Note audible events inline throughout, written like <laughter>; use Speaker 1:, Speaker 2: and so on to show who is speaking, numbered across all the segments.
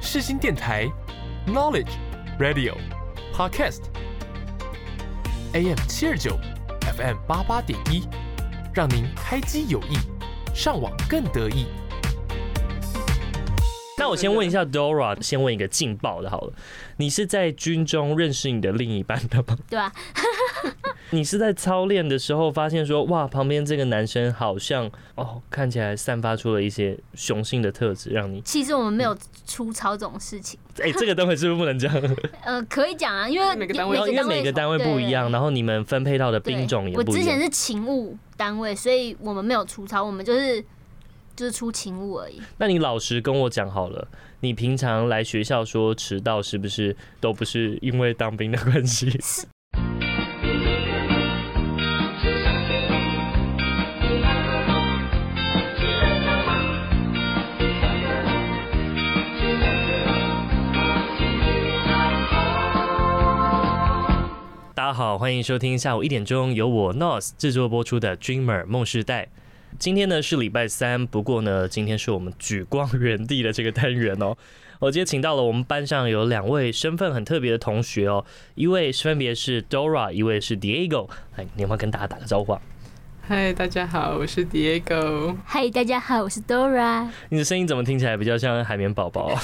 Speaker 1: 世新电台 Knowledge Radio Podcast AM 七二九 FM 八八点一，让您开机有益，上网更得意。
Speaker 2: 那我先问一下 Dora，先问一个劲爆的好了，你是在军中认识你的另一半的吗？
Speaker 3: <laughs> 对啊，
Speaker 2: <laughs> 你是在操练的时候发现说，哇，旁边这个男生好像哦，看起来散发出了一些雄性的特质，让你
Speaker 3: 其实我们没
Speaker 2: 嗯
Speaker 3: 有出操这种事情，
Speaker 2: 哎、这个单位是不是不能讲？
Speaker 3: 呃，可以讲啊，因为
Speaker 4: 每个单位
Speaker 2: 然后因为每个单位不一样，然后你们分配到的
Speaker 3: 对
Speaker 2: 兵种也
Speaker 3: 我
Speaker 2: 不
Speaker 3: 之
Speaker 2: 一
Speaker 3: 前
Speaker 2: 样。
Speaker 3: 是勤务单位，所以我们没有出操，我们就是就是出勤务而已。
Speaker 2: 那你老实跟我讲好了，你平常来学校说迟到是不是都不是因为当兵的关系？大家好，欢迎收听下午一点钟由我 NOS 制作播出的《Dreamer 梦世代》。今天呢是礼拜三，不过呢今天是我们举光原地的这个单元哦。 <laughs> 我今天请到了我们班上有两位身份很特别的同学哦，一位分别是 Dora，一位是 Diego。哎，你有没有跟大家打个招呼啊？
Speaker 4: 嗨，大家好，我是 Diego。
Speaker 3: 嗨，大家好，我是 Dora。
Speaker 2: 你的声音怎么听起来比较像海绵宝宝 <laughs>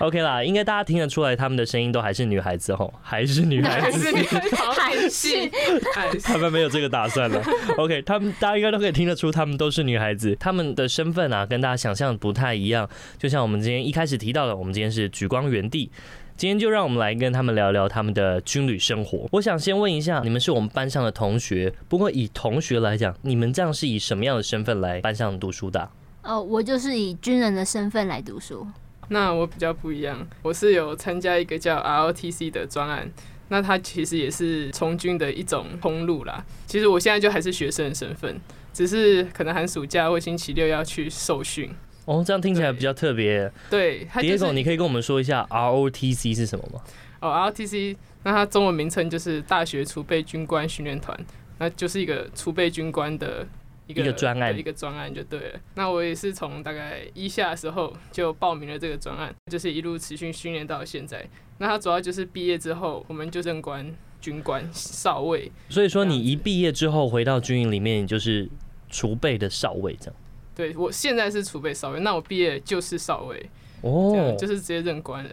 Speaker 2: ？OK 啦，应该大家听得出来，他们的声音都还是女孩子吼，还是女孩
Speaker 4: 还 <laughs>
Speaker 2: 子。
Speaker 4: 是你很讨
Speaker 3: 还
Speaker 4: 厌
Speaker 3: 是
Speaker 4: 戏，还哦是
Speaker 2: 他们没有这个打算
Speaker 4: <laughs>
Speaker 2: 了。OK，他们大家应该都可以听得出，他们都是女孩子，他们的身份啊，跟大家想象不太一样。就像我们今天一开始提到的，我们今天是举光原地。今天就让我们来跟他们聊聊他们的军旅生活。我想先问一下，你们是我们班上的同学，不过以同学来讲，你们这样是以什么样的身份来班上读书的啊、
Speaker 3: 哦，我就是以军人的身份来读书。
Speaker 4: 那我比较不一样，我是有参加一个叫 ROTC 的专案，那它其实也是从军的一种通路啦。其实我现在就还是学生的身份，只是可能寒暑假或星期六要去受训。
Speaker 2: 哦，这样听起来比较特别。
Speaker 4: 对，它嗯就
Speaker 2: Diego，
Speaker 4: 是
Speaker 2: 你可以跟我们说一下 ROTC 是什么吗？
Speaker 4: 哦 ROTC，那它中文名称就是大学储备军官训练团，那就是一个储备军官的。一
Speaker 2: 一个专案
Speaker 4: 对一个专案就对了。那我也是从大概一下的时候就报名了这个专案，就是一路持续训练到现在。那它主要就是毕业之后，我们就任官军官、少尉。
Speaker 2: 所以说，
Speaker 4: 这
Speaker 2: 你
Speaker 4: 样子
Speaker 2: 一毕业之后回到军营里面，你就是储备的少尉这样。
Speaker 4: 对我现在是储备少尉，那我毕业就是少尉，这样
Speaker 2: 哦，
Speaker 4: 啊就是直接任官了。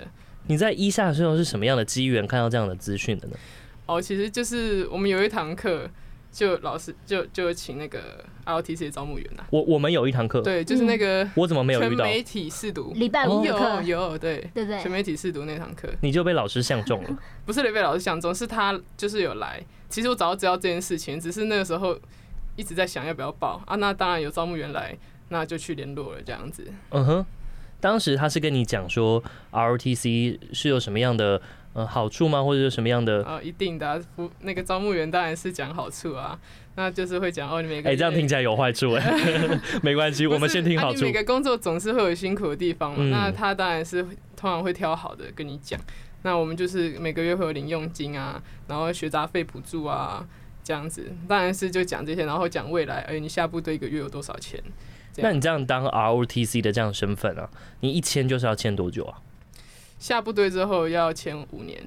Speaker 2: 你在一下的时候是什么样的机缘看到这样的资讯的呢？
Speaker 4: 哦，其实就是我们有一堂课，就老师就就请那个 ROTC 的招募员啊，
Speaker 2: 我我们有一堂课，
Speaker 4: 对，就是那个
Speaker 2: 我怎么没有
Speaker 4: 全
Speaker 2: 遇到？
Speaker 4: 媒体试读，
Speaker 3: 礼拜五的嗯
Speaker 4: 哦有
Speaker 3: 课，
Speaker 4: 有对。
Speaker 3: 对不
Speaker 4: 全
Speaker 3: 对？
Speaker 4: 媒体试读那堂课
Speaker 2: 你就被老师相
Speaker 4: <laughs>
Speaker 2: 中了，
Speaker 4: 不是雷贝老师想中，是他就是有来。其实我早就知道这件事情，只是那个时候一直在想要不要报啊。那当然有招募员来，那就去联络了这样子。
Speaker 2: 嗯哼。当时他是跟你讲说 ROTC 是有什么样的呃好处吗，或者有什么样的？
Speaker 4: 啊，一定的、啊，服那个招募员当然是讲好处啊，那就是会讲哦，你每个
Speaker 2: 哎、这样听起来有坏处哎、 <laughs> 没关系，
Speaker 4: 不是
Speaker 2: 我们先听
Speaker 4: 啊
Speaker 2: 好
Speaker 4: 你
Speaker 2: 处
Speaker 4: 每。个工作总是会有辛苦的地方嘛，
Speaker 2: 嗯
Speaker 4: 那他当然是通常会挑好的跟你讲。那我们就是每个月会有零用金啊，然后学杂费补助啊，这样子，当然是就讲这些，然后讲未来，哎、你下部队一个月有多少钱？这
Speaker 2: 那
Speaker 4: 样
Speaker 2: 你这样当 ROTC 的这样身份啊，你一签就是要签多久啊？
Speaker 4: 下部队之后要签五年，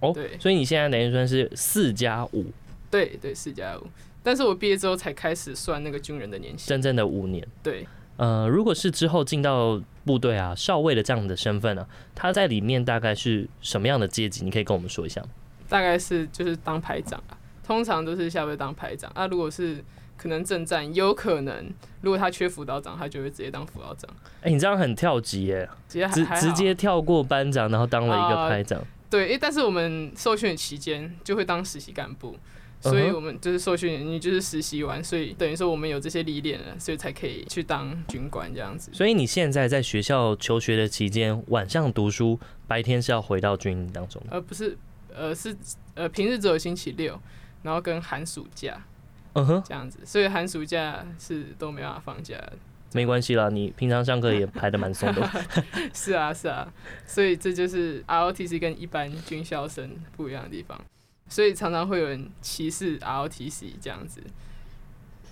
Speaker 2: 哦
Speaker 4: 对，
Speaker 2: 所以你现在等于算是四加五，
Speaker 4: 对对，四加五。但是我毕业之后才开始算那个军人的年薪，
Speaker 2: 真正的五年。
Speaker 4: 对，
Speaker 2: 呃，如果是之后进到部队啊，少尉的这样的身份啊，他在里面大概是什么样的阶级？你可以跟我们说一下吗？
Speaker 4: 大概是就是当排长啊，通常都是下部队当排长啊。如果是可能正战，有可能如果他缺辅导长，他就会直接当辅导长，
Speaker 2: 哎、你这样很跳级耶，
Speaker 4: 直接还
Speaker 2: 直
Speaker 4: 还好嗯
Speaker 2: 直接跳过班长，然后当了一个排长。
Speaker 4: 对。诶但是我们受训期间就会当实习干部，所
Speaker 2: 嗯
Speaker 4: 以
Speaker 2: 哼
Speaker 4: 我们就是受训，你就是实习完，所以等于说我们有这些历练了，所以才可以去当军官这样子。
Speaker 2: 所以你现在在学校求学的期间，晚上读书，白天是要回到军营当中的。
Speaker 4: 而不是呃是呃平日只有星期六，然后跟寒暑假
Speaker 2: 嗯哼，
Speaker 4: 这样子，所以寒暑假是都没办法放假的。
Speaker 2: 没关系啦，你平常上课也排的蛮松
Speaker 4: <laughs>
Speaker 2: 的。
Speaker 4: 是啊，是啊，所以这就是 ROTC 跟一般军校生不一样的地方，所以常常会有人歧视 ROTC 这样子。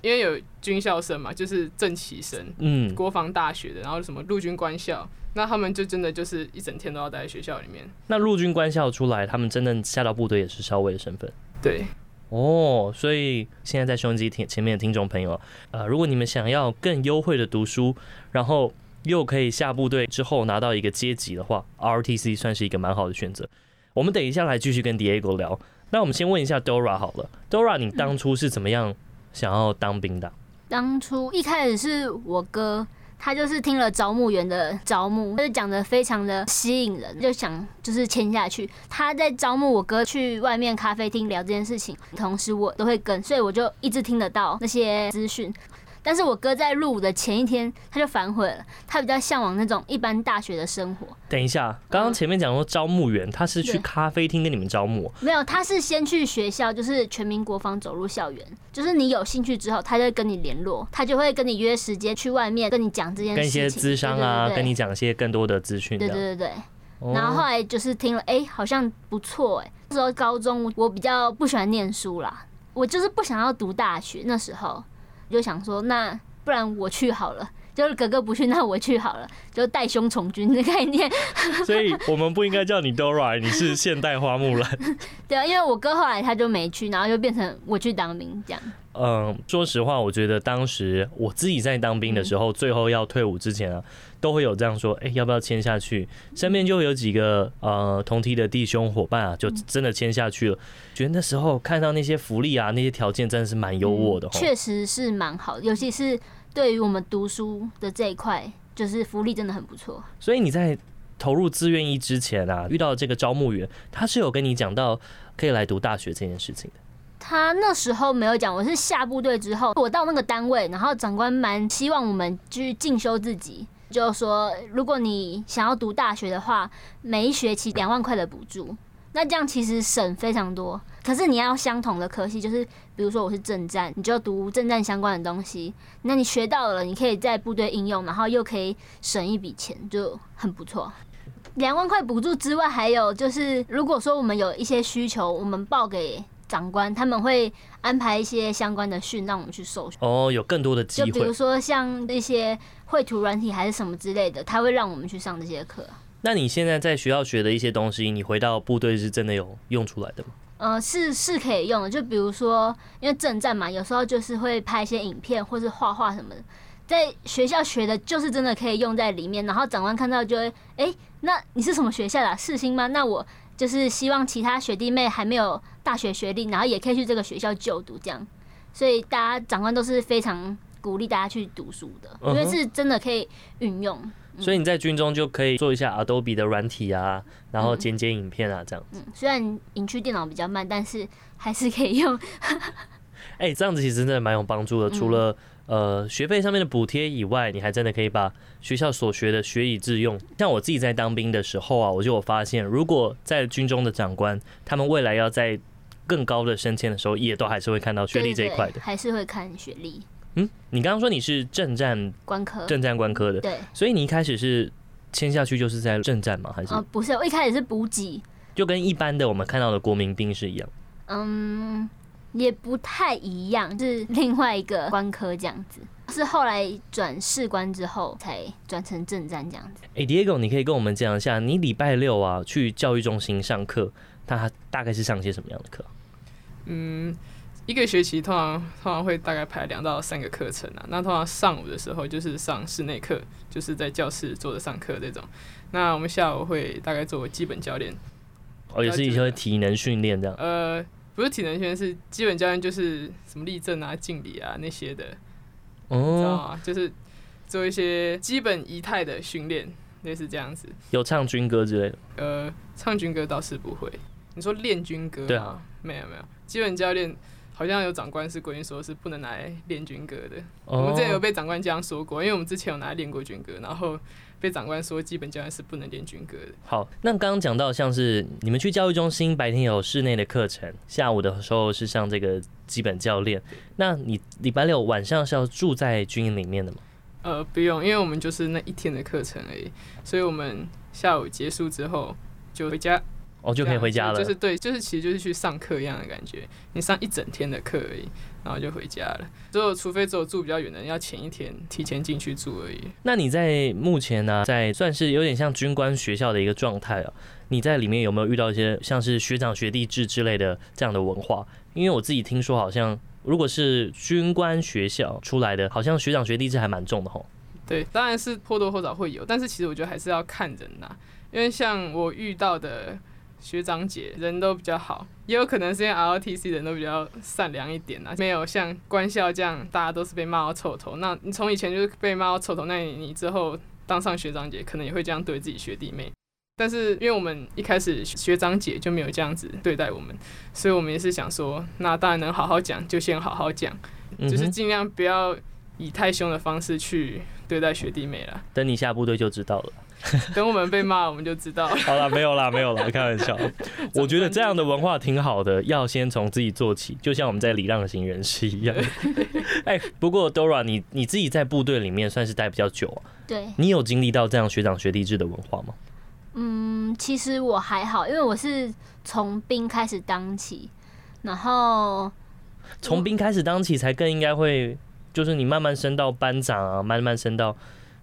Speaker 4: 因为有军校生嘛，就是正旗生，
Speaker 2: 嗯，
Speaker 4: 国防大学的，然后什么陆军官校，那他们就真的就是一整天都要待在学校里面。
Speaker 2: 那陆军官校出来，他们真正下到部队也是少尉的身份。
Speaker 4: 对，
Speaker 2: 哦，所以现在在收音机听前面的听众朋友，呃，如果你们想要更优惠的读书，然后又可以下部队之后拿到一个阶级的话，RTC 算是一个蛮好的选择。我们等一下来继续跟 Diego 聊。那我们先问一下 Dora 好了，Dora，你当初是怎么样想要当兵的啊？
Speaker 3: 当初一开始是我哥，他就是听了招募员的招募，他就讲的非常的吸引人，就想就是签下去。他在招募我哥去外面咖啡厅聊这件事情，同时我都会跟，所以我就一直听得到那些资讯。但是我哥在入伍的前一天，他就反悔了，他比较向往那种一般大学的生活。
Speaker 2: 等一下，刚刚前面讲说招募员，他是去
Speaker 3: 对
Speaker 2: 咖啡厅跟你们招募，
Speaker 3: 没有，他是先去学校，就是全民国防走入校园，就是你有兴趣之后，他就会跟你联络，他就会跟你约时间去外面跟你讲这件事
Speaker 2: 跟一
Speaker 3: 情，
Speaker 2: 些资商啊，
Speaker 3: 嗯对
Speaker 2: 跟你讲一些更多的资讯。
Speaker 3: 对
Speaker 2: 这
Speaker 3: 对
Speaker 2: 样。
Speaker 3: 对对对。
Speaker 2: 哦
Speaker 3: 然后后来就是听了，哎、好像不错哎、那时候高中我比较不喜欢念书啦，我就是不想要读大学。那时候我就想说，那不然我去好了。就是哥哥不去，那我去好了，就带兄从军的概念。 <laughs>
Speaker 2: 所以我们不应该叫你 Dora，你是现代花木兰。
Speaker 3: 对啊，因为我哥后来他就没去，然后就变成我去当兵这样。
Speaker 2: 嗯，说实话，我觉得当时我自己在当兵的时
Speaker 3: 嗯
Speaker 2: 候，最后要退伍之前啊，都会有这样说，哎、要不要签下去？身边就会有几个呃同梯的弟兄伙伴啊，就
Speaker 3: 嗯
Speaker 2: 真的签下去了。觉得那时候看到那些福利啊，那些条件真的是蛮优渥的哦。
Speaker 3: 嗯确实是蛮好的，尤其是对于我们读书的这一块，就是福利真的很不错。
Speaker 2: 所以你在投入志愿役之前啊，遇到这个招募员，他是有跟你讲到可以来读大学这件事情的。
Speaker 3: 他那时候没有讲，我是下部队之后，我到那个单位，然后长官蛮希望我们去进修自己，就说如果你想要读大学的话，每一学期两万块的补助，那这样其实省非常多。可是你要相同的科系，就是比如说我是政战，你就读政战相关的东西，那你学到了，你可以在部队应用，然后又可以省一笔钱，就很不错。两万块补助之外，还有就是，如果说我们有一些需求，我们报给长官，他们会安排一些相关的训，让我们去受训。
Speaker 2: 哦，有更多的
Speaker 3: 就
Speaker 2: 机
Speaker 3: 比
Speaker 2: 会
Speaker 3: 如。说像一些绘图软体还是什么之类的，他会让我们去上这些课。
Speaker 2: 那你现在在学校学的一些东西，你回到部队是真的有用出来的吗？
Speaker 3: 呃，是是可以用的，就比如说，因为正战嘛，有时候就是会拍一些影片或是画画什么的，在学校学的，就是真的可以用在里面。然后长官看到就会，哎、那你是什么学校的、啊？世新吗？那我就是希望其他学弟妹还没有大学学历，然后也可以去这个学校就读这样。所以大家长官都是非常鼓励大家去读书的，因为
Speaker 2: 嗯哼
Speaker 3: 是真的可以运用。
Speaker 2: 所以你在军中就可以做一下 Adobe 的软体啊，然后剪剪影片啊，这样。
Speaker 3: 嗯，虽然影区电脑比较慢，但是还是可以用。
Speaker 2: 哎、这样子其实真的蛮有帮助的。除了呃
Speaker 3: 嗯
Speaker 2: 学费上面的补贴以外，你还真的可以把学校所学的学以致用。像我自己在当兵的时候啊，我就有发现，如果在军中的长官，他们未来要在更高的升迁的时候，也都还是会看到学历这一块
Speaker 3: 对对
Speaker 2: 的
Speaker 3: 对。还是会看学历。
Speaker 2: 嗯，你刚刚说你是政战
Speaker 3: 官科。
Speaker 2: 政战官科的，
Speaker 3: 对，
Speaker 2: 所以你一开始是签下去就是在政战吗？还是
Speaker 3: 嗯、不是，我一开始是补给，
Speaker 2: 就跟一般的我们看到的国民兵是一样？
Speaker 3: 嗯，也不太一样，是另外一个官科这样子。是后来转士官之后才转成正战这样子。
Speaker 2: 哎、d i e g o 你可以跟我们讲一下，你礼拜六啊去教育中心上课，它大概是上些什么样的课？啊
Speaker 4: 嗯，一个学期通常通常会大概排两到三个课程啊。那通常上午的时候就是上室内课，就是在教室坐着上课这种。那我们下午会大概做基本教练，
Speaker 2: 哦，也是一些体能训练这样。
Speaker 4: 呃，不是体能训练，是基本教练，就是什么立正啊、敬礼啊那些的，知道
Speaker 2: 哦，
Speaker 4: 吗？就是做一些基本仪态的训练，类似这样子。
Speaker 2: 有唱军歌之类的。
Speaker 4: 呃，唱军歌倒是不会。你说练军歌吗？
Speaker 2: 对啊
Speaker 4: 没有没有，基本教练好像有长官是规定说是不能拿来练军歌的。我们之前有
Speaker 2: 哦，
Speaker 4: 被长官这样说过，因为我们之前有拿来练过军歌，然后被长官说基本教练是不能练军歌的。
Speaker 2: 好，那刚刚讲到像是你们去教育中心，白天有室内的课程，下午的时候是上这个基本教练。那你礼拜六晚上是要住在军营里面的吗？
Speaker 4: 呃，不用，因为我们就是那一天的课程而已，所以我们下午结束之后就回家，
Speaker 2: 哦就可以回家了
Speaker 4: 就。是对，就是其实就是去上课一样的感觉，你上一整天的课而已，然后就回家了。只有除非只有住比较远的人，要前一天提前进去住而已。
Speaker 2: 那你在目前呢、在算是有点像军官学校的一个状态啊，你在里面有没有遇到一些像是学长学弟制之类的这样的文化？因为我自己听说，好像如果是军官学校出来的，好像学长学弟制还蛮重的吼。
Speaker 4: 对，当然是或多或少会有，但是其实我觉得还是要看人呐、因为像我遇到的学长姐人都比较好，也有可能是因为 ROTC 人都比较善良一点啊，没有像官校这样大家都是被骂到臭头。那你从以前就是被骂到臭头，那你你之后当上学长姐，可能也会这样对自己学弟妹。但是因为我们一开始学长姐就没有这样子对待我们，所以我们也是想说，那当然能好好讲就先好好讲，
Speaker 2: 嗯
Speaker 4: 就
Speaker 2: <laughs>
Speaker 4: 是
Speaker 2: 哼，
Speaker 4: 尽量不要以太凶的方式去对待学弟妹啦。
Speaker 2: 等你下部队就知道了。
Speaker 4: 等我们被骂，我们就知道了。
Speaker 2: 好啦，没有啦，没有啦，开玩笑。我觉得这样的文化挺好的，要先从自己做起，就像我们在礼让行人是一样。 <laughs> 哎、不过 Dora，你你自己在部队里面算是待比较久、啊，
Speaker 3: 对，
Speaker 2: 你有经历到这样学长学弟制的文化吗？
Speaker 3: 嗯，其实我还好，因为我是从兵开始当起，然后
Speaker 2: 从兵开始当起，才更应该会，就是你慢慢升到班长啊，慢慢升到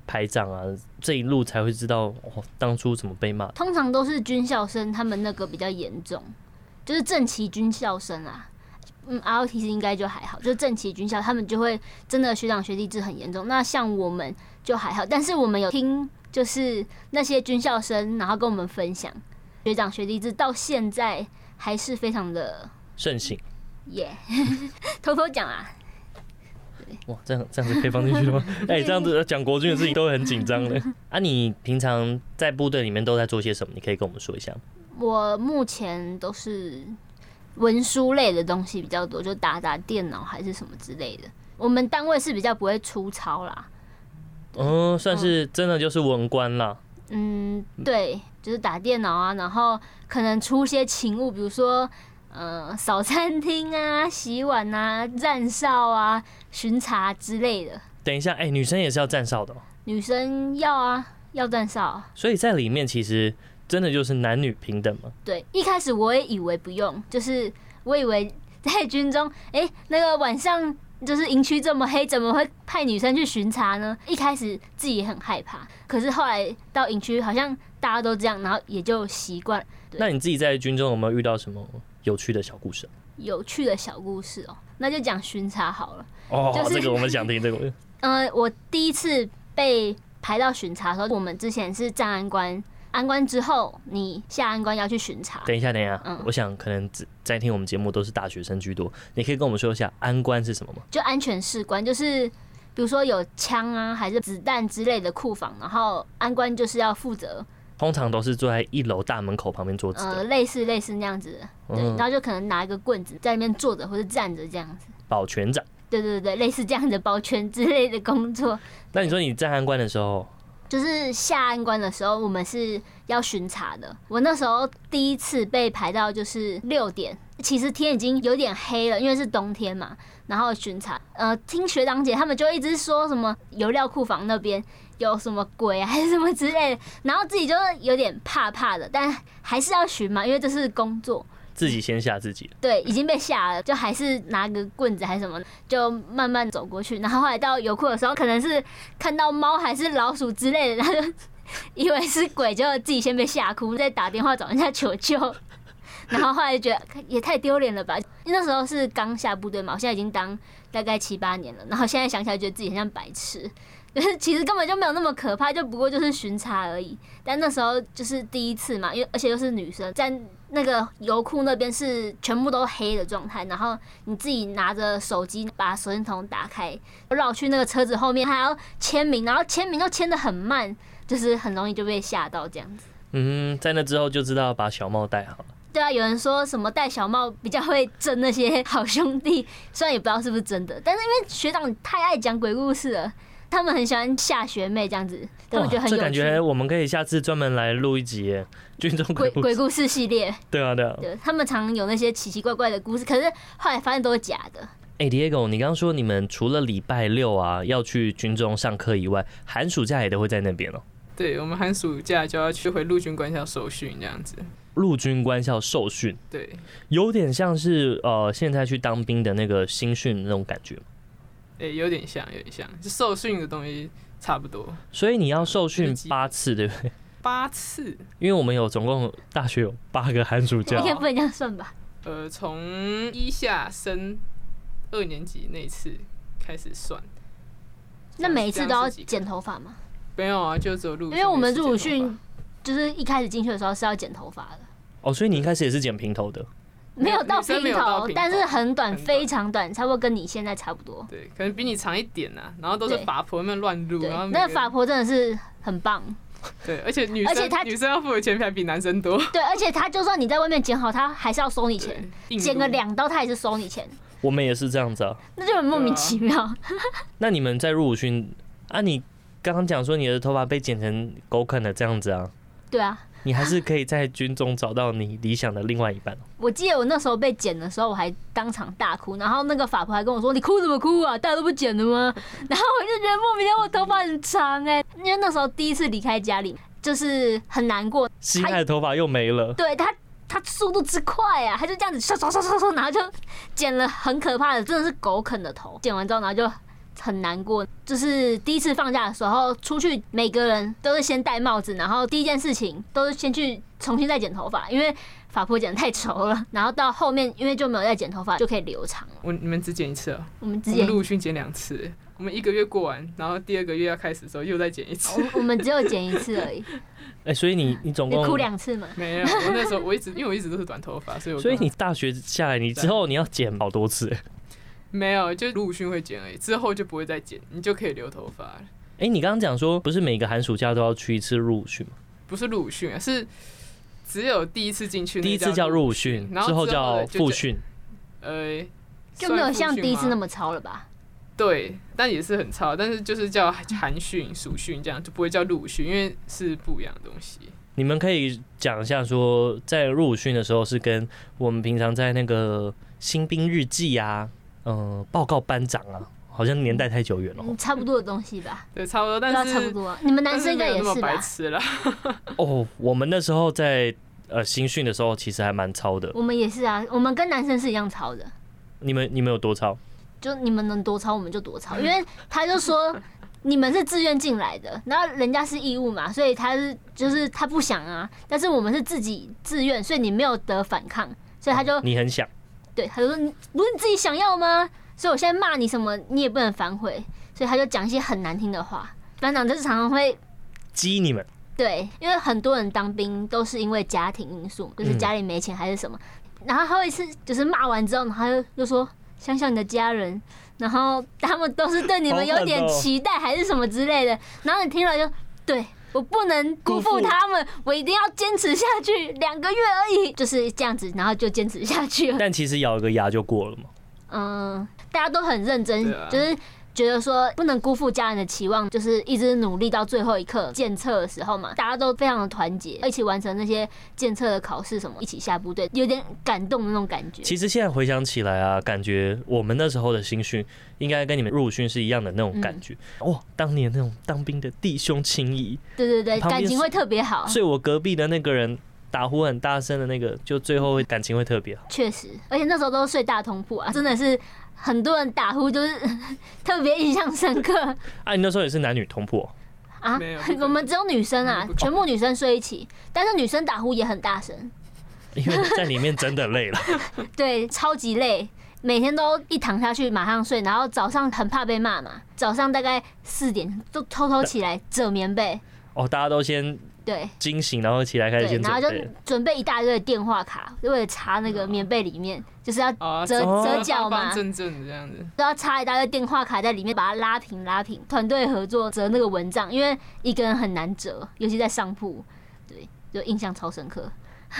Speaker 2: 排长啊，这一路才会知道哦，当初怎么被骂。
Speaker 3: 通常都是军校生，他们那个比较严重，就是正旗军校生啊。嗯，ROTC 应该就还好，就是正旗军校他们就会真的学长学弟制很严重。那像我们就还好，但是我们有听就是那些军校生，然后跟我们分享学长学弟制到现在还是非常的
Speaker 2: 盛行
Speaker 3: 耶 <laughs> 偷偷讲啊，
Speaker 2: 哇，这样这样子可以放进 <laughs> 去的吗？哎、这样子讲国军的事情都会很紧张的。 <laughs> 啊，你平常在部队里面都在做些什么？你可以跟我们说一下吗。
Speaker 3: 我目前都是文书类的东西比较多，就打打电脑还是什么之类的。我们单位是比较不会出操啦，
Speaker 2: 嗯，算是真的就是文官啦。
Speaker 3: 嗯，对，就是打电脑啊，然后可能出些勤务，比如说，呃，扫餐厅啊、洗碗啊、站哨啊、巡查之类的。
Speaker 2: 等一下，哎、女生也是要站哨的哦、
Speaker 3: 女生要啊，要站哨啊。
Speaker 2: 所以在里面其实真的就是男女平等嘛。
Speaker 3: 对，一开始我也以为不用，就是我以为在军中， <laughs> 哎、那个晚上就是营区这么黑，怎么会派女生去巡查呢？一开始自己也很害怕，可是后来到营区，好像大家都这样，然后也就习惯了。对
Speaker 2: 那你自己在军中有没有遇到什么有趣的小故事啊？
Speaker 3: 有趣的小故事哦、那就讲巡查好了。
Speaker 2: 哦，
Speaker 3: 就是
Speaker 2: 这个我们想听，这个
Speaker 3: 呃，我第一次被排到巡查的时候，我们之前是站安官，安官之后你下安官要去巡查。
Speaker 2: 等一下，等一下，
Speaker 3: 嗯
Speaker 2: 我想可能只在听我们节目都是大学生居多，你可以跟我们说一下安官是什么吗？
Speaker 3: 就安全士官，就是比如说有枪啊，还是子弹之类的库房，然后安官就是要负责，
Speaker 2: 通常都是坐在一楼大门口旁边桌子
Speaker 3: 呃，
Speaker 2: 的，
Speaker 3: 类似类似那样子，对，
Speaker 2: 嗯
Speaker 3: 然后就可能拿一个棍子在那边坐着或者站着这样子，
Speaker 2: 保全长。
Speaker 3: 对对对，类似这样的包圈之类的工作。
Speaker 2: 那你说你站安官的时候，
Speaker 3: 就是下安关的时候，我们是要巡查的。我那时候第一次被排到就是六点，其实天已经有点黑了，因为是冬天嘛。然后巡查，呃，听学长姐他们就一直说什么油料库房那边有什么鬼啊，还是什么之类的，然后自己就是有点怕怕的，但还是要巡嘛，因为这是工作。
Speaker 2: 自己先吓自己，
Speaker 3: 对，已经被吓了，就还是拿个棍子还是什么，就慢慢走过去。然后后来到油库的时候，可能是看到猫还是老鼠之类的，然后 <laughs> 就以为是鬼，就自己先被吓哭，再打电话找人家求救。 <laughs> 然后后来就觉得也太丢脸了吧，因为那时候是刚下部队嘛，我现在已经当大概七八年了，然后现在想起来觉得自己很像白痴， <laughs> 就是其实根本就没有那么可怕，就不过就是巡查而已。但那时候就是第一次嘛，因为而且又是女生，在那个油库那边是全部都黑的状态，然后你自己拿着手机把手电筒打开，绕去那个车子后面，还要签名，然后签名又签的很慢，就是很容易就被吓到这样子。
Speaker 2: 嗯，在那之后就知道把小帽戴好了。
Speaker 3: <laughs> 对啊，有人说什么戴小帽比较会争那些好兄弟，虽然也不知道是不是真的，但是因为学长太爱讲鬼故事了，他们很喜欢吓学妹这样子，他们觉得很
Speaker 2: 哦这
Speaker 3: 有
Speaker 2: 感觉哎
Speaker 3: 趣。
Speaker 2: 我们可以下次专门来录一集耶 <laughs> 军中
Speaker 3: 鬼
Speaker 2: 鬼故
Speaker 3: 鬼
Speaker 2: 事。
Speaker 3: 故事系列，
Speaker 2: 对啊，对啊。
Speaker 3: 对他们常有那些奇奇怪怪的故事，可是后来发现都是假的。
Speaker 2: 哎、d i e g o 你刚刚说你们除了礼拜六啊要去军中上课以外，寒暑假也都会在那边哦、
Speaker 4: 对我们寒暑假就要去回陆军官校受训这样子。
Speaker 2: 陆军官校受训，
Speaker 4: 对，
Speaker 2: 有点像是呃现在去当兵的那个新训那种感觉。
Speaker 4: 诶、有点像，有点像，就受训的东西差不多。
Speaker 2: 所以你要受
Speaker 4: 日
Speaker 2: 训
Speaker 4: 记
Speaker 2: 八次，对不对？
Speaker 4: 八次，
Speaker 2: 因为我们有总共大学有八个寒暑假
Speaker 3: 应，该不能这样算吧？
Speaker 4: 呃，从一下升二年级那次开始算。
Speaker 3: 那每一次都要剪
Speaker 4: 头？
Speaker 3: 头发吗？
Speaker 4: 没有啊，就只有入，
Speaker 3: 因为我们入伍训就是一开始进去的时候是要剪头发的，
Speaker 2: 哦，所以你一开始也是剪平头的。
Speaker 3: 没有到
Speaker 4: 女生
Speaker 3: 平
Speaker 4: 没有到
Speaker 3: 头，
Speaker 4: 平头
Speaker 3: 但是很短，
Speaker 4: 很短
Speaker 3: 非常短，差不多跟你现在差不多。
Speaker 4: 对，可能比你长一点呐、然后都是
Speaker 3: 对
Speaker 4: 法婆们乱入，
Speaker 3: 对
Speaker 4: 嗯然后，每
Speaker 3: 那
Speaker 4: 个
Speaker 3: 法婆真的是很棒，
Speaker 4: 对，而且女生
Speaker 3: 而且她
Speaker 4: 女生要付的钱还比男生多，
Speaker 3: 对，而且他就算你在外面剪好，他还是要收你钱，
Speaker 4: 对
Speaker 3: 剪个，
Speaker 4: 硬入
Speaker 3: 两刀他也是收你钱，
Speaker 2: 我们也是这样子啊。
Speaker 3: 那就很莫名其妙。
Speaker 2: 那你们在入伍训啊，你刚刚讲说你的头发被剪成狗啃的这样子啊，
Speaker 3: 对啊，
Speaker 2: 你还是可以在军中找到你理想的另外一半。
Speaker 3: 我记得我那时候被剪的时候，我还当场大哭，然后那个法婆还跟我说：“你哭什么哭啊？大家都不剪的吗？”然后我就觉得莫名其妙，我头发很长哎、因为那时候第一次离开家里，就是很难过，
Speaker 2: 心爱的头发又没了，
Speaker 3: 对他，他速度之快啊，他就这样子刷刷刷刷刷，然后就剪了很可怕的，真的是狗啃的头。剪完之后，然后就很难过。就是第一次放假的时候出去，每个人都是先戴帽子，然后第一件事情都是先去重新再剪头发，因为发婆剪得太丑了。然后到后面，因为就没有再剪头发，就可以留长了。
Speaker 4: 我你们只剪一次哦、
Speaker 3: 我们之
Speaker 4: 我们
Speaker 3: 前。
Speaker 4: 陆训剪两次，我们一个月过完，然后第二个月要开始的时候又再剪一次。
Speaker 3: 我我们只有剪一次而已，
Speaker 2: 哎、所以你你总
Speaker 3: 你
Speaker 2: 共
Speaker 3: 哭两次嘛？
Speaker 4: <laughs> 没有，我那时候我一直因为我一直都是短头发，所以我
Speaker 2: 所以你大学下来，你之后你要剪好多次。
Speaker 4: 没有就陆训会剪而已，之后就不会再剪，你就可以留头发了。
Speaker 2: 哎、你刚刚讲说不是每个寒暑假都要去一次入伍训吗？
Speaker 4: 不是陆训啊，是只有第一次进去，
Speaker 2: 第一次叫入伍训，
Speaker 4: 然
Speaker 2: 之后
Speaker 4: 后
Speaker 2: 叫
Speaker 4: 的就
Speaker 2: 复，训。
Speaker 4: 呃，
Speaker 3: 就没有像第一次那
Speaker 4: 么
Speaker 3: 么糙了吧？
Speaker 4: 对，但也是很糙，但是就是叫韩训、暑训这样，就不会叫陆训，因为是不一样的东西。
Speaker 2: 你们可以讲一下说，在入伍训的时候是跟我们平常在那个新兵日记啊，嗯、报告班长啊，好像年代太久远了哦、
Speaker 3: 嗯，差不多的东西吧，
Speaker 4: 对，差不多，
Speaker 3: 对啊，
Speaker 4: 但是
Speaker 3: 差不多啊。你们男
Speaker 4: 但
Speaker 3: 生应该
Speaker 4: 没有
Speaker 3: 也
Speaker 4: 那么
Speaker 3: 是
Speaker 4: 白
Speaker 3: 吧？
Speaker 4: 痴啦。
Speaker 2: 哦，我们那时候在呃新训的时候，其实还蛮糙的。
Speaker 3: 我们也是啊，我们跟男生是一样吵的，
Speaker 2: 你们你们有多糙？
Speaker 3: 就你们能多吵我们就多吵，因为他就说你们是自愿进来的，然后人家是义务嘛，所以他是就是他不想啊，但是我们是自己自愿，所以你没有得反抗，所以他就
Speaker 2: 你很想，
Speaker 3: 对他就说你不是你自己想要吗？所以我现在骂你什么你也不能反悔，所以他就讲一些很难听的话。班长就是常常会
Speaker 2: 激你们。
Speaker 3: 对，因为很多人当兵都是因为家庭因素，就是家里没钱还是什么。然后他会是就是骂完之后，然后他就就说想想你的家人，然后他们都是对你们有点
Speaker 2: 好狠哦
Speaker 3: 期待还是什么之类的。然后你听了就对。我不能辜负他们，我一定要坚持下去，两个月而已，就是这样子，然后就坚持下去了。
Speaker 2: 但其实咬一个牙就过了嘛。
Speaker 3: 嗯，大家都很认真，
Speaker 4: 对啊
Speaker 3: 就是觉得说不能辜负家人的期望，就是一直努力到最后一刻检测的时候嘛，大家都非常的团结，一起完成那些检测的考试什么，一起下部队，有点感动的那种感觉。
Speaker 2: 其实现在回想起来啊，感觉我们那时候的新训应该跟你们入伍训是一样的那种感觉。哇，当年那种当兵的弟兄情谊。
Speaker 3: 对对对，
Speaker 2: 旁边
Speaker 3: 感情会特别好，
Speaker 2: 所以我隔壁的那个人打呼很大声的那个，就最后会感情会特别好。
Speaker 3: 确实，而且那时候都睡大通铺啊，真的是很多人打呼，就是 <laughs> 特别印象深刻。
Speaker 2: 啊，你那时候也是男女同铺哦、
Speaker 3: 啊
Speaker 4: 没有不可，能
Speaker 3: 我们只有女生啊
Speaker 4: 不可，能
Speaker 3: 全部女生睡一起，但是女生打呼也很大声，
Speaker 2: 因为在里面真的累
Speaker 3: <laughs>
Speaker 2: 了。
Speaker 3: 对，超级累，每天都一躺下去马上睡，然后早上很怕被骂嘛，早上大概四点都偷偷起来折棉被，
Speaker 2: 哦，大家都先
Speaker 3: 对
Speaker 2: 惊醒，然后起来开始
Speaker 3: 对，
Speaker 2: 先
Speaker 3: 然后
Speaker 2: 准
Speaker 3: 就
Speaker 2: 备。啊
Speaker 3: 准备一大堆的电话卡，为了插那个棉被里面，就是要
Speaker 4: 啊，
Speaker 3: 折
Speaker 4: 方
Speaker 3: 折角嘛
Speaker 4: 方正正的这样子。
Speaker 3: 都要插一大堆电话卡在里面，把它拉平拉平，团队合作折那个蚊帐，因为一个人很难折，尤其在上铺，对，就印象超深刻。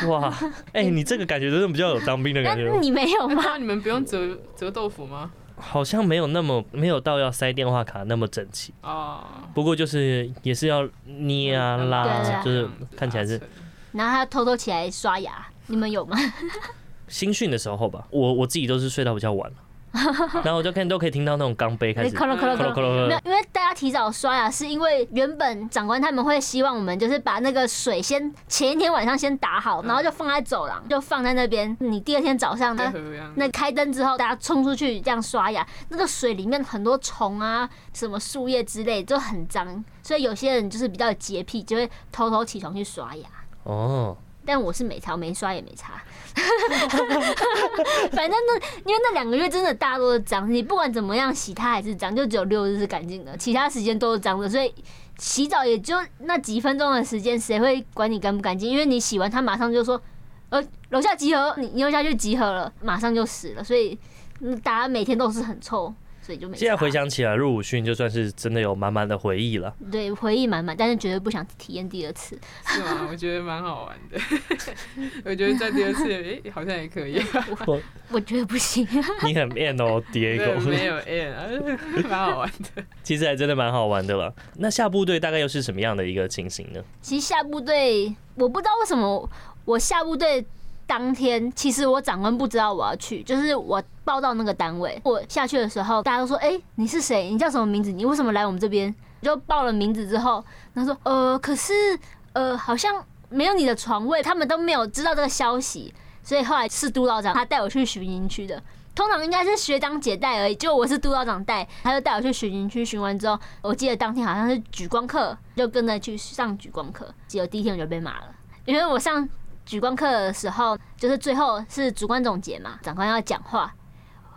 Speaker 2: 哇，哎、你这个感觉真的比较有当兵的
Speaker 3: 那
Speaker 2: 感
Speaker 3: <laughs>
Speaker 2: 觉，
Speaker 3: 你没有吗？
Speaker 4: 哎那你们不用折折豆腐吗？
Speaker 2: 好像没有那么没有到要塞电话卡那么整齐。
Speaker 4: 啊，
Speaker 2: 不过就是也是要捏啊
Speaker 3: 对
Speaker 2: 拉，
Speaker 3: 啊
Speaker 2: 就是看起来是
Speaker 3: 然后还要偷偷起来刷牙，你们有吗？ <laughs>
Speaker 2: 新训的时候吧。我我自己都是睡到比较晚，然后我就看都可以听到那种钢杯开始
Speaker 3: 咯咯
Speaker 2: 咯咯
Speaker 3: 咯咯
Speaker 2: 咯
Speaker 3: 咯。
Speaker 2: 咯
Speaker 3: 没有，因为大家提早刷牙，是因为原本长官他们会希望我们就是把那个水先前一天晚上先打好，然后就放在走廊，就放在那边。你第二天早上
Speaker 4: 在
Speaker 3: 呢，
Speaker 4: 河样。
Speaker 3: 啊那开灯之后，大家冲出去这样刷牙，那个水里面很多虫啊，什么树叶之类就很脏，所以有些人就是比较有洁癖，就会偷偷起床去刷牙。
Speaker 2: 哦，
Speaker 3: 但我是没擦，我没刷也没擦。 <laughs> 反正那因为那两个月真的大家都是脏，你不管怎么样洗它还是脏，就只有六日是干净的，其他时间都是脏的，所以洗澡也就那几分钟的时间，谁会管你干不干净？因为你洗完它马上就说，呃，楼下集合，你你楼下就集合了，马上就呃死了，所以嗯大家每天都是很臭，所以就没擦。
Speaker 2: 现在回想起来，入伍训就算是真的有满满的回忆
Speaker 3: <laughs>
Speaker 2: 了。
Speaker 3: 对回忆满满，但是绝对不想体验第二次。
Speaker 4: 是吗？我觉得蛮好玩的。我觉得在第二次，诶、好像也可以。
Speaker 2: 我
Speaker 3: 我觉得不行，
Speaker 2: 你很 man 哦
Speaker 4: 对，没
Speaker 2: ，Diego，
Speaker 4: 有 N，啊蛮好玩的。
Speaker 2: 其实还真的蛮好玩的了。那下部队大概又是什么样的一个情形呢？
Speaker 3: 其实下部队，我不知道为什么我下部队当天，其实我长官不知道我要去，就是我报到那个单位，我下去的时候，大家都说：“哎、你是谁？你叫什么名字？你为什么来我们这边？”我就报了名字之后，他说：“呃，可是呃，好像没有你的床位，他们都没有知道这个消息。”所以后来是督导长他带我去巡营区的。通常应该是学长姐带而已，就我是督导长带，他就带我去巡营区巡完之后，我记得当天好像是举光课，就跟着去上举光课，结果第一天我就被骂了，因为我上举光课的时候，就是最后是主观总结嘛，长官要讲话，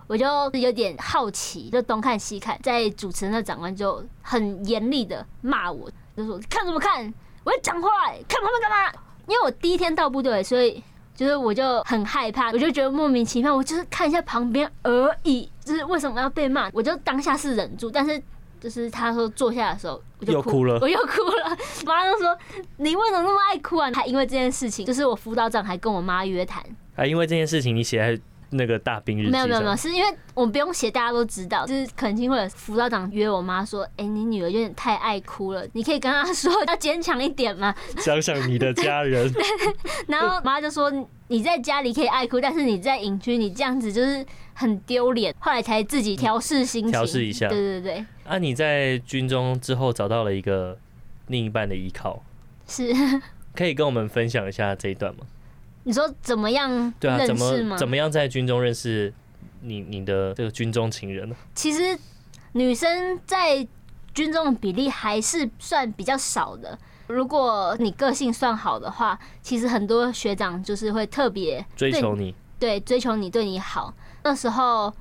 Speaker 3: 我就有点好奇，就东看西看，在主持人的长官就很严厉的骂我，就说看什么看，我要讲话、欸，看他们干嘛？因为我第一天到部队，所以就是我就很害怕，我就觉得莫名其妙，我就是看一下旁边而已，就是为什么要被骂？我就当下是忍住，但是就是他说坐下的时候，我就
Speaker 2: 又哭了
Speaker 3: 我又哭了。
Speaker 2: <laughs>
Speaker 3: 妈就说你为什么那么爱哭啊？还因为这件事情，就是我辅导长还跟我妈约谈，
Speaker 2: 啊，因为这件事情你写在那个大兵日记
Speaker 3: 没有没有没
Speaker 2: 上，
Speaker 3: 有，是因为我们不用写，大家都知道，就是肯定会有辅导长约我妈说，哎、你女儿有点太爱哭了，你可以跟她说要坚强一点嘛。
Speaker 2: 想想你的家
Speaker 3: <laughs>
Speaker 2: 人， <laughs>
Speaker 3: 然后妈就说你在家里可以爱哭，但是你在营区你这样子就是很丢脸。后来才自己调试心情，
Speaker 2: 调试一下
Speaker 3: 对对对，
Speaker 2: 啊，你在军中之后找到了一个另一半的依靠，
Speaker 3: 是
Speaker 2: 可以跟我们分享一下这一段吗？
Speaker 3: 你说怎么样
Speaker 2: 对啊，怎
Speaker 3: 认识吗？
Speaker 2: 么怎么样在军中认识你你的这个军中情人呢？
Speaker 3: 其实女生在军中的比例还是算比较少的。如果你个性算好的话，其实很多学长就是会特别
Speaker 2: 追
Speaker 3: 对
Speaker 2: 求
Speaker 3: 你
Speaker 2: 你，
Speaker 3: 对追求你，对你好。那时候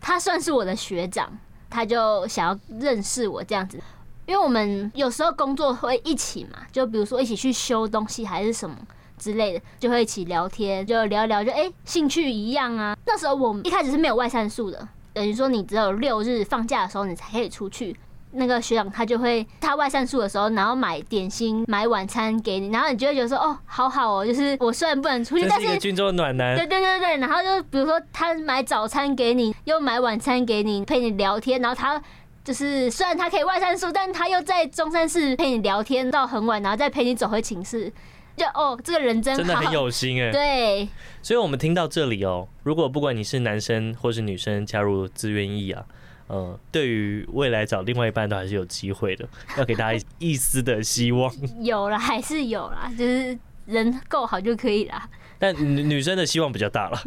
Speaker 3: 他算是我的学长，他就想要认识我这样子，因为我们有时候工作会一起嘛，就比如说一起去修东西还是什么。之类的，就会一起聊天，就聊一聊，就哎、诶兴趣一样啊。那时候我们一开始是没有外散数的，等于说你只有六日放假的时候你才可以出去。那个学长他就会他外散数的时候，然后买点心、买晚餐给你，然后你就会觉得说哦，好好哦，就是我虽然不能出去，
Speaker 2: 这
Speaker 3: 但
Speaker 2: 是一
Speaker 3: 是
Speaker 2: 个军中的暖男，
Speaker 3: 对对对对，然后就比如说他买早餐给你，又买晚餐给你，陪你聊天，然后他。就是虽然他可以外散数，但他又在中山市陪你聊天到很晚，然后再陪你走回寝室，就哦，这个人真好，
Speaker 2: 真的很有心哎。
Speaker 3: 对，
Speaker 2: 所以我们听到这里哦，如果不管你是男生或是女生加入自愿役啊，呃，对于未来找另外一半都还是有机会的，要给大家一丝的希望。 <laughs>
Speaker 3: 有啦，还是有啦，就是人够好就可以啦。
Speaker 2: 但女女生的希望比较大了，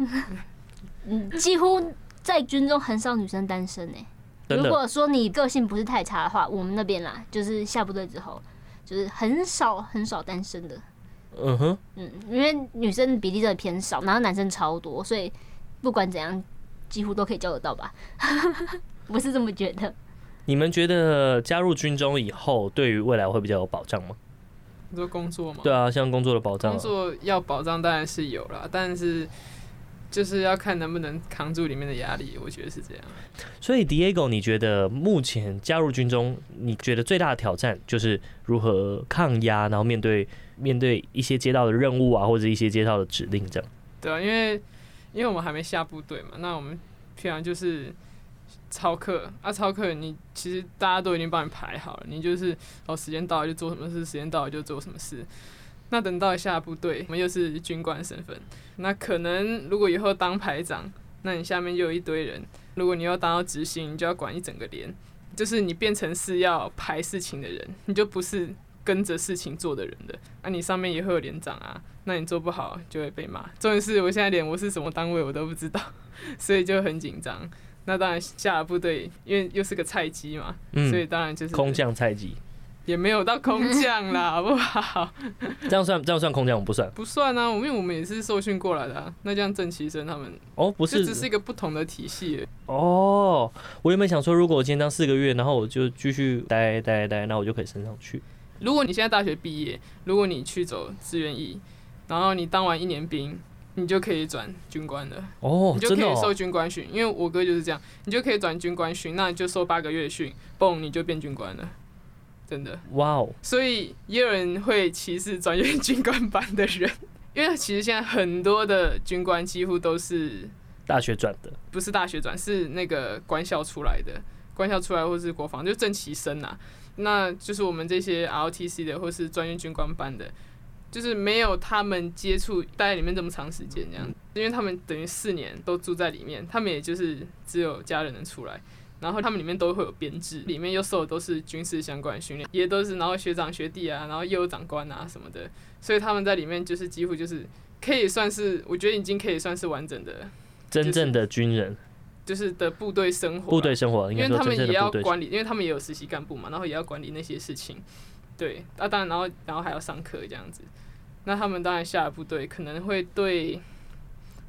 Speaker 3: 嗯，几乎在军中很少女生单身诶、
Speaker 2: 真
Speaker 3: 如
Speaker 2: 的。
Speaker 3: 果说你个性不是太差的话，我们那边啦，就是下部队之后，就是很少很少单身的。
Speaker 2: 嗯哼，
Speaker 3: 嗯，因为女生比例真的偏少，然后男生超多，所以不管怎样，几乎都可以交得到吧。 <laughs> 我是这么觉得。
Speaker 2: 你们觉得加入军中以后，对于未来会比较有保障吗？
Speaker 4: 你说工作吗？
Speaker 2: 对啊，像工作的保障、啊，
Speaker 4: 工作要保障当然是有啦，但是就是要看能不能扛住里面的压力，我觉得是这样。
Speaker 2: 所以 Diego，你觉得目前加入军中，你觉得最大的挑战就是如何抗压，然后面对面对一些接到的任务啊，或者一些接到的指令这样。
Speaker 4: 对啊，因为因为我们还没下部队嘛，那我们平常就是操课啊，操课你其实大家都已经帮你排好了，你就是哦时间到了就做什么事，时间到了就做什么事。那等到下部队，我们又是军官身份，那可能如果以后当排长，那你下面又有一堆人，如果你要当到执行，你就要管一整个连，就是你变成是要排事情的人，你就不是跟着事情做的人了。那、你上面也会有连长啊，那你做不好就会被骂。重点是我现在连我是什么单位我都不知道， <laughs> 所以就很紧张。那当然，下了部队因为又是个菜鸡嘛，所以
Speaker 2: 嗯，
Speaker 4: 当然就是
Speaker 2: 空降菜鸡，
Speaker 4: 也没有到空降
Speaker 2: <laughs>
Speaker 4: 啦，好不好？
Speaker 2: 这样算这样算空降我不算
Speaker 4: 不算啊，因为我们也是受训过来的、啊。那这样郑其生他们
Speaker 2: 哦，不
Speaker 4: 不
Speaker 2: 是
Speaker 4: 只是一个不同的体系而已，
Speaker 2: 哦，我原本想说，如果我今天当四个月，然后我就继续待待待，那我就可以升上去。
Speaker 4: 如果你现在大学毕业，如果你去走志愿役，然后你当完一年兵，你就可以转军官了，
Speaker 2: 哦
Speaker 4: 你，就可
Speaker 2: 真的、
Speaker 4: 以受
Speaker 2: 哦，
Speaker 4: 军官训。因为我哥就是这样，你就可以转军官训，那你就受八个月训，嘣，你就变军官了。真的，
Speaker 2: 哇哦，
Speaker 4: 所以也有人会歧视专业军官班的人，因为其实现在很多的军官几乎都是
Speaker 2: 大学转的，
Speaker 4: 不是大学转，是那个官校出来的，官校出来或是国防，就正旗生呐、那就是我们这些 ROTC 的或是专业军官班的，就是没有他们接触待在里面这么长时间这样，因为他们等于四年都住在里面，他们也就是只有家人能出来。然后他们里面都会有编制，里面又受的都是军事相关的训练，也都是然后学长学弟啊，然后又有长官啊什么的，所以他们在里面就是几乎就是可以算是，我觉得已经可以算是完整的
Speaker 2: 真正的军人，
Speaker 4: 就是的部队生活啊，
Speaker 2: 部队生活，应
Speaker 4: 因
Speaker 2: 该
Speaker 4: 为
Speaker 2: 说
Speaker 4: 他们
Speaker 2: 真正
Speaker 4: 也
Speaker 2: 的
Speaker 4: 要
Speaker 2: 部队生活。
Speaker 4: 管理，因为他们也有实习干部嘛，然后也要管理那些事情，对，啊，当然，然后然后还要上课这样子，那他们当然下了部队可能会对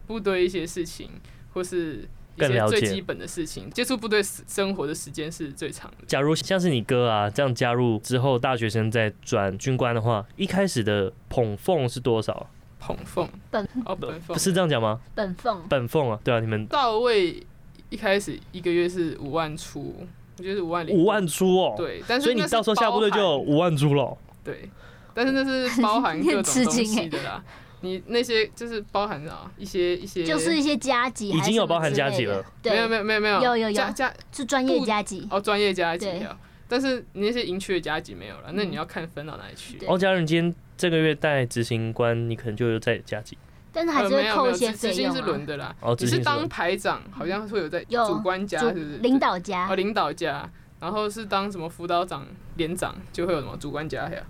Speaker 4: 部队一些事情或是一
Speaker 2: 更
Speaker 4: 些
Speaker 2: 了
Speaker 4: 最
Speaker 2: 解
Speaker 4: 基本的事情，接触部队生活的时间是最长的，
Speaker 2: 假如像是你哥啊这样加入之后，大学生再转军官的话，一开始的捧俸是多少？
Speaker 4: 捧缝
Speaker 3: 本
Speaker 4: 哦，本缝
Speaker 2: 不是这样讲吗？
Speaker 3: 本凤
Speaker 2: 本俸啊，对啊，你们
Speaker 4: 到位一开始一个月是五万出，我觉得是五万零
Speaker 2: 五万出哦，，
Speaker 4: 对，但是
Speaker 2: 所以你
Speaker 4: 那是
Speaker 2: 到时候下部队就
Speaker 4: 包
Speaker 2: 有
Speaker 4: 含
Speaker 2: 五万出了。
Speaker 4: 对，但是
Speaker 3: <laughs>
Speaker 4: 那是包含各
Speaker 3: 很吃
Speaker 4: 种东
Speaker 3: 惊欸
Speaker 4: 西的啦。你那些就是包含啊一些一些，
Speaker 3: 就是一些加级，
Speaker 2: 已经有包含加级
Speaker 3: 级
Speaker 2: 了，
Speaker 3: 对，
Speaker 4: 没有没有没有没有
Speaker 3: 有有有
Speaker 4: 加加
Speaker 3: 是专业
Speaker 4: 不
Speaker 3: 加级，
Speaker 4: 哦专业加级
Speaker 3: 对嗯
Speaker 4: 啊，但是你那些营区的加级没有了，那你要看分到哪里去。
Speaker 3: 对
Speaker 2: 哦，假如你今天这个月带执行官，你可能就再加几
Speaker 3: 但是还
Speaker 4: 呃
Speaker 3: 是
Speaker 4: 没
Speaker 3: 会
Speaker 4: 有
Speaker 3: 扣
Speaker 4: 没
Speaker 3: 一
Speaker 4: 有，
Speaker 3: 些
Speaker 4: 执执
Speaker 3: 费
Speaker 4: 行
Speaker 3: 用
Speaker 4: 是轮
Speaker 3: 啊。
Speaker 4: 的啦
Speaker 2: 哦，
Speaker 4: 你
Speaker 2: 执行
Speaker 4: 是
Speaker 2: 是
Speaker 4: 当
Speaker 2: 轮
Speaker 4: 排长好像会有在
Speaker 3: 有
Speaker 4: 主官加
Speaker 3: 主
Speaker 4: 是不是
Speaker 3: 领导家
Speaker 4: 哦，领导加，然后是当什么辅导长、连长就会有什么主官加呀，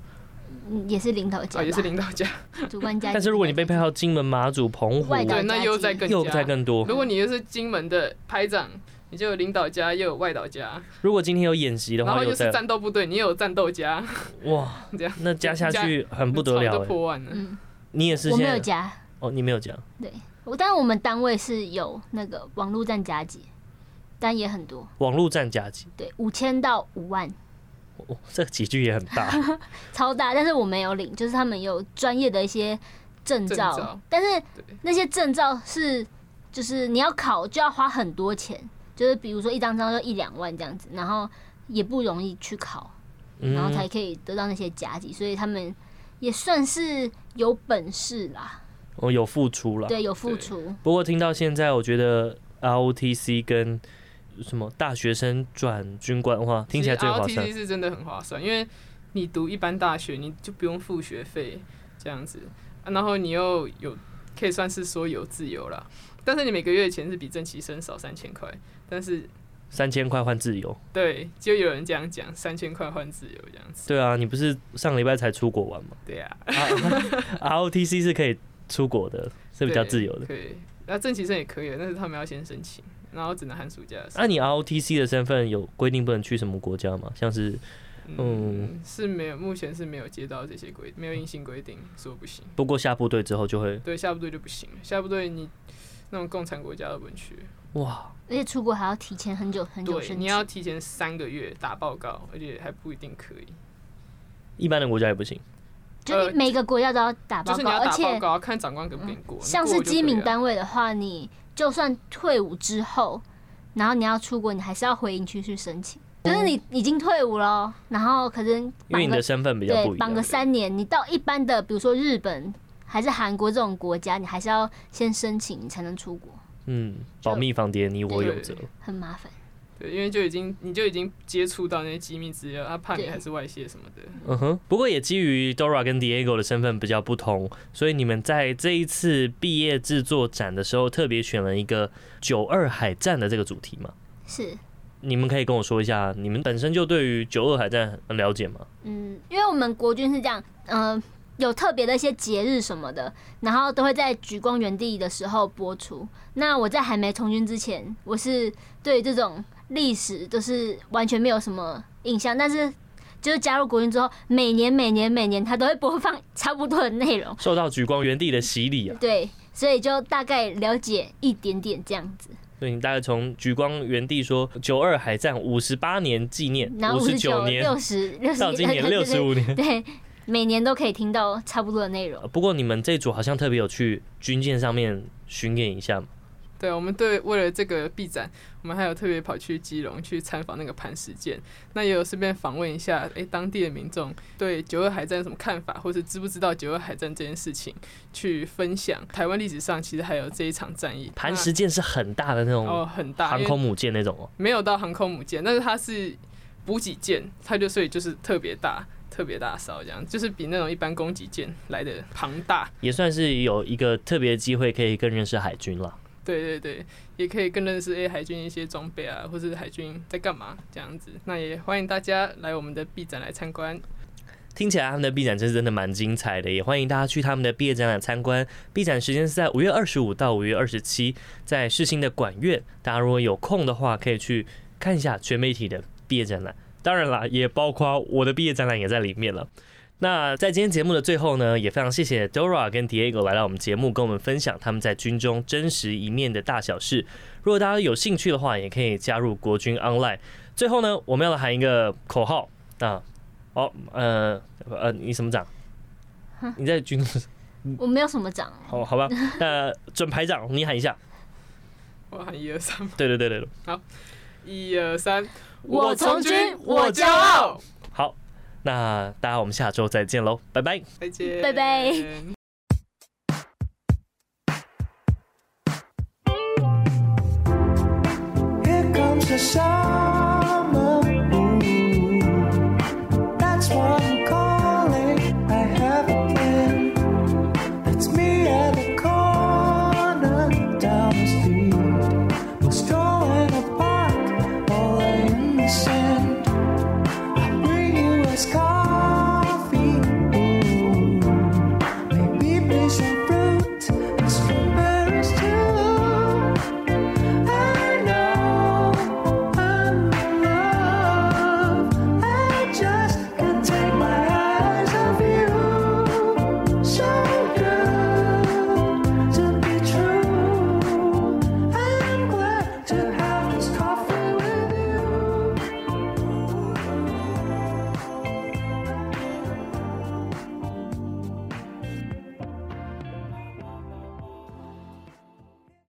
Speaker 3: 嗯也是领导家
Speaker 4: 哦
Speaker 3: 吧，
Speaker 4: 也是领导
Speaker 3: <laughs>
Speaker 4: 加，
Speaker 3: 主观加级。
Speaker 2: 但是如果你被派到金门、马祖、澎湖，
Speaker 3: 外岛
Speaker 4: 对，那又在更
Speaker 2: 又
Speaker 4: 加
Speaker 2: 再更多。
Speaker 4: 如果你又是金门的排长，你就有领导家，又有外岛家，
Speaker 2: 如果今天有演习的
Speaker 4: 然
Speaker 2: 话，
Speaker 4: 后
Speaker 2: 又
Speaker 4: 又是
Speaker 2: 在
Speaker 4: 战斗部队，你也有战斗家，
Speaker 2: 哇
Speaker 4: 这样，
Speaker 2: 那加下去很不得
Speaker 4: <laughs> 早
Speaker 2: 了
Speaker 4: 就
Speaker 2: 哎。
Speaker 4: 破万了。
Speaker 3: 嗯，
Speaker 2: 你也是
Speaker 3: 我
Speaker 2: 现
Speaker 3: 没有
Speaker 2: 在
Speaker 3: 加，
Speaker 2: 哦，你没有讲
Speaker 3: 我但我们单位是有那个网络站加级，但也很多，
Speaker 2: 网络战加级，
Speaker 3: 对，五千到五万，
Speaker 2: 哦，这个集聚也很
Speaker 3: <laughs>
Speaker 2: 大。
Speaker 3: 超大。但是我没有领，就是他们有专业的一些证照，
Speaker 4: 证照
Speaker 3: 但是
Speaker 4: 对
Speaker 3: 那些证照是就是你要考就要花很多钱，就是比如说一张张就一两万这样子，然后也不容易去考，然后才
Speaker 2: 嗯，
Speaker 3: 可以得到那些加级，所以他们也算是有本事啦，
Speaker 2: 我哦有付出了。
Speaker 3: 对，有付
Speaker 4: 对
Speaker 3: 出，
Speaker 2: 不过听到现在，我觉得 ROTC 跟什么大学生转军官的话，听起来最划算
Speaker 4: ROTC 是真的很划算，因为你读一般大学，你就不用付学费这样子，啊然后你又有可以算是说有自由啦。但是你每个月的钱是比正期生少三千块，但是
Speaker 2: 三千块换自由。
Speaker 4: 对，就有人这样讲，三千块换自由这样子，
Speaker 2: 对啊，你不是上礼拜才出国玩吗
Speaker 4: 对啊，
Speaker 2: ？ROTC 是可以出国的，是比较
Speaker 4: 对
Speaker 2: 自由的。
Speaker 4: 可以，那正期生也可以，但是他们要先申请，然后只能寒暑假的时候。
Speaker 2: 那、你 ROTC 的身份有规定不能去什么国家吗？像是
Speaker 4: 嗯，是没有，目前是没有接到这些规，没有硬性规定说不行。
Speaker 2: 不过下部队之后就会
Speaker 4: 对，下部队就不行了，下部队你那种共产国家都不能去。
Speaker 2: 哇，
Speaker 3: 而且出国还要提前很久很久
Speaker 4: 对，
Speaker 3: 申
Speaker 4: 你
Speaker 3: 请。
Speaker 4: 要呃提前三个月打报告，而且还不一定可以。
Speaker 2: 一般的国家也不行。
Speaker 3: 就是
Speaker 4: 呃
Speaker 3: 每个国家都要打报
Speaker 4: 就是你
Speaker 3: 告，
Speaker 4: 要
Speaker 3: 而
Speaker 4: 打报
Speaker 3: 且嗯
Speaker 4: 告，看长官给不给你过。
Speaker 3: 像是机敏
Speaker 4: 敏，
Speaker 3: 单位的话，你就算退伍之后，然后你要出国，你还是要回营区去申请。就是你已经退伍了，然后可能
Speaker 2: 哦因为
Speaker 3: 绑
Speaker 2: 你
Speaker 3: 个
Speaker 2: 的身份比较不
Speaker 3: 对
Speaker 2: 一
Speaker 3: 绑
Speaker 2: 样
Speaker 3: 个，三年，你到一般的比如说日本还是韩国这种国家，你还是要先申请，你才能出国，
Speaker 2: 嗯，保密防谍，你我有责。
Speaker 3: 很麻烦。
Speaker 4: 对，因为就已经你就已经接触到那些机密资料，他怕你还是外泄什么的。
Speaker 2: 嗯哼，不过也基于 Dora 跟 Diego 的身份比较不同，所以你们在这一次毕业制作展的时候，特别选了一个九二海战的这个主题嘛？
Speaker 3: 是，
Speaker 2: 你们可以跟我说一下，你们本身就对于九二海战很了解吗？
Speaker 3: 嗯，因为我们国军是这样，嗯、有特别的一些节日什么的，然后都会在举光原地的时候播出。那我在还没从军之前，我是对这种历史都是完全没有什么印象，但是就是加入国军之后，每年每年每年他都会播放差不多的内容， <laughs>
Speaker 2: 受到举光原地的洗礼啊，
Speaker 3: 对，所以就大概了解一点点这样子。
Speaker 2: 所以你大概从举光原地说九二海战五十八年纪念
Speaker 3: 然，后
Speaker 2: 五
Speaker 3: 五
Speaker 2: 十
Speaker 3: 十九、
Speaker 2: 九年
Speaker 3: 六十、六十
Speaker 2: 到今年六十五年。呃
Speaker 3: 对，每年都可以听到差不多的内容。
Speaker 2: 不过你们这组好像特别有去军舰上面巡演一下嘛？
Speaker 4: 对，我们对为了这个 B 展，我们还有特别跑去基隆去参访那个磐石舰，那也有顺便访问一下，诶，当地的民众对九二海战有什么看法，或是知不知道九二海战这件事情，去分享台湾历史上其实还有这一场战役。
Speaker 2: 磐石舰是很大的那
Speaker 4: 那哦
Speaker 2: 种
Speaker 4: 很大，
Speaker 2: 航
Speaker 4: 因为
Speaker 2: 空母舰那种哦、
Speaker 4: 没有到航空母舰，但是它是补给舰，它就所以就是特别大。特别大艘这样，就是比那种一般攻击舰来的庞大。
Speaker 2: 也算是有一个特别的机会可以更认识海军了。
Speaker 4: 对对对，也可以更认识诶海军一些装备啊，或是海军在干嘛这样子。那也欢迎大家来我们的 B 展来参观。
Speaker 2: 听起来他们的 B 展是真的蛮精彩的，也欢迎大家去他们的毕业展览参观。B 展时间是在五月二十五到五月二十七，在世新的管院。大家如果有空的话，可以去看一下全媒体的毕业展览。当然啦，也包括我的毕业展览也在里面了。那在今天节目的最后呢，也非常谢谢 Dora 跟 Diego 来到我们节目，跟我们分享他们在军中真实一面的大小事。如果大家有兴趣的话，也可以加入国军 Online。最后呢，我们要来喊一个口号啊，哦，呃，呃，你什么长？你在军嗯
Speaker 3: 我没有什么长，
Speaker 2: 好好吧？那准排长，你喊一下。
Speaker 4: 我喊一二三，
Speaker 2: 对对对对对，
Speaker 4: 一二三，
Speaker 3: 我从军我骄傲。
Speaker 2: 好，那大家我们下周再见喽，拜拜。
Speaker 4: 再见，
Speaker 3: 拜拜。
Speaker 5: Here comes the sun.